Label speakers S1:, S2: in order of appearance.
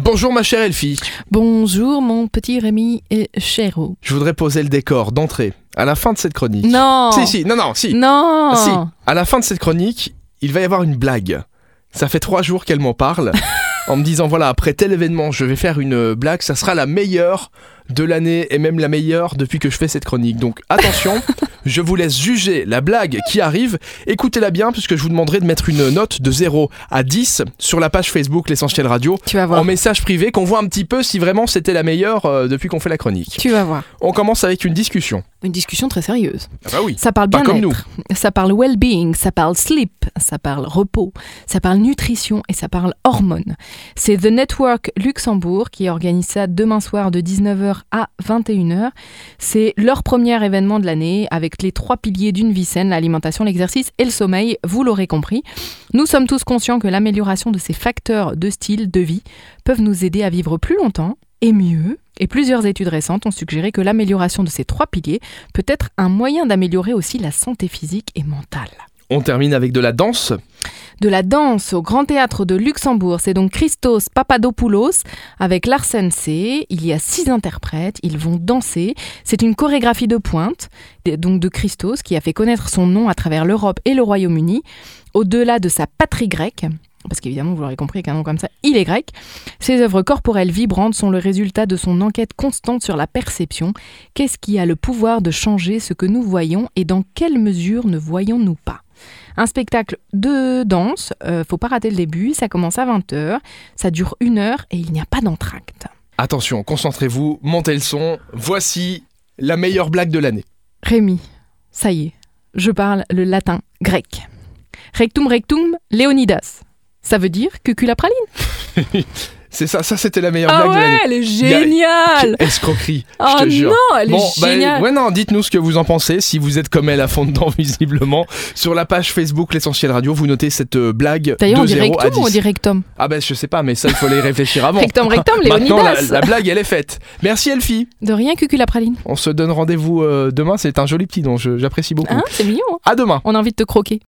S1: Bonjour ma chère Elfie,
S2: Bonjour mon petit Rémi et Chéro.
S1: je voudrais poser le décor d'entrée à la fin de cette chronique.
S2: Non
S1: Si, si, non, non, si.
S2: Non
S1: Si, à la fin de cette chronique, il va y avoir une blague. Ça fait trois jours qu'elle m'en parle, en me disant voilà, après tel événement, je vais faire une blague, ça sera la meilleure de l'année et même la meilleure depuis que je fais cette chronique. Donc attention, je vous laisse juger la blague qui arrive. Écoutez-la bien, puisque je vous demanderai de mettre une note de 0 à 10 sur la page Facebook L'Essentiel Radio,
S2: Tu vas voir.
S1: en message privé, qu'on voit un petit peu si vraiment c'était la meilleure euh, depuis qu'on fait la chronique.
S2: Tu vas voir.
S1: On commence avec une discussion.
S2: Une discussion très sérieuse.
S1: Ah bah oui.
S2: Ça parle
S1: Pas
S2: bien
S1: comme
S2: ça parle well-being, ça parle sleep, ça parle repos, ça parle nutrition et ça parle hormones. C'est The Network Luxembourg qui organise ça demain soir de 19h à 21h. C'est leur premier événement de l'année avec les trois piliers d'une vie saine, l'alimentation, l'exercice et le sommeil, vous l'aurez compris. Nous sommes tous conscients que l'amélioration de ces facteurs de style de vie peuvent nous aider à vivre plus longtemps et mieux. Et plusieurs études récentes ont suggéré que l'amélioration de ces trois piliers peut être un moyen d'améliorer aussi la santé physique et mentale.
S1: On termine avec de la danse.
S2: De la danse au Grand Théâtre de Luxembourg, c'est donc Christos Papadopoulos avec Larsen C. Il y a six interprètes, ils vont danser. C'est une chorégraphie de pointe, de- donc de Christos, qui a fait connaître son nom à travers l'Europe et le Royaume-Uni, au-delà de sa patrie grecque. Parce qu'évidemment, vous l'aurez compris, avec un nom comme ça, il est grec. Ses œuvres corporelles vibrantes sont le résultat de son enquête constante sur la perception. Qu'est-ce qui a le pouvoir de changer ce que nous voyons et dans quelle mesure ne voyons-nous pas un spectacle de danse, euh, faut pas rater le début, ça commence à 20h, ça dure une heure et il n'y a pas d'entracte.
S1: Attention, concentrez-vous, montez le son. Voici la meilleure blague de l'année.
S2: Rémi, ça y est, je parle le latin grec. Rectum rectum Leonidas. Ça veut dire cuculapraline.
S1: C'est ça, ça c'était la meilleure
S2: Ah
S1: blague de
S2: ouais,
S1: l'année.
S2: elle est
S1: y a- Quelle
S2: géniale
S1: escroquerie,
S2: Oh
S1: je te jure.
S2: non, elle est
S1: Bon, bah,
S2: géniale
S1: ouais, non, dites-nous ce que vous en pensez, si vous êtes comme elle à fond dedans, visiblement. Sur la page Facebook L'Essentiel Radio, vous notez cette euh, blague
S2: D'ailleurs, on
S1: de
S2: dit
S1: 0 à
S2: rectum
S1: 10.
S2: ou on dit rectum
S1: Ah ben, je sais pas, mais ça, il faut les réfléchir avant.
S2: Rectum rectum
S1: Maintenant, la,
S2: Leonidas
S1: la blague, elle est faite. Merci Elfie.
S2: De rien cuculapraline.
S1: On se donne rendez-vous euh, demain. C'est un joli petit don, je- j'apprécie beaucoup.
S2: Hein, c'est mignon, hein
S1: à demain.
S2: on a envie de te croquer.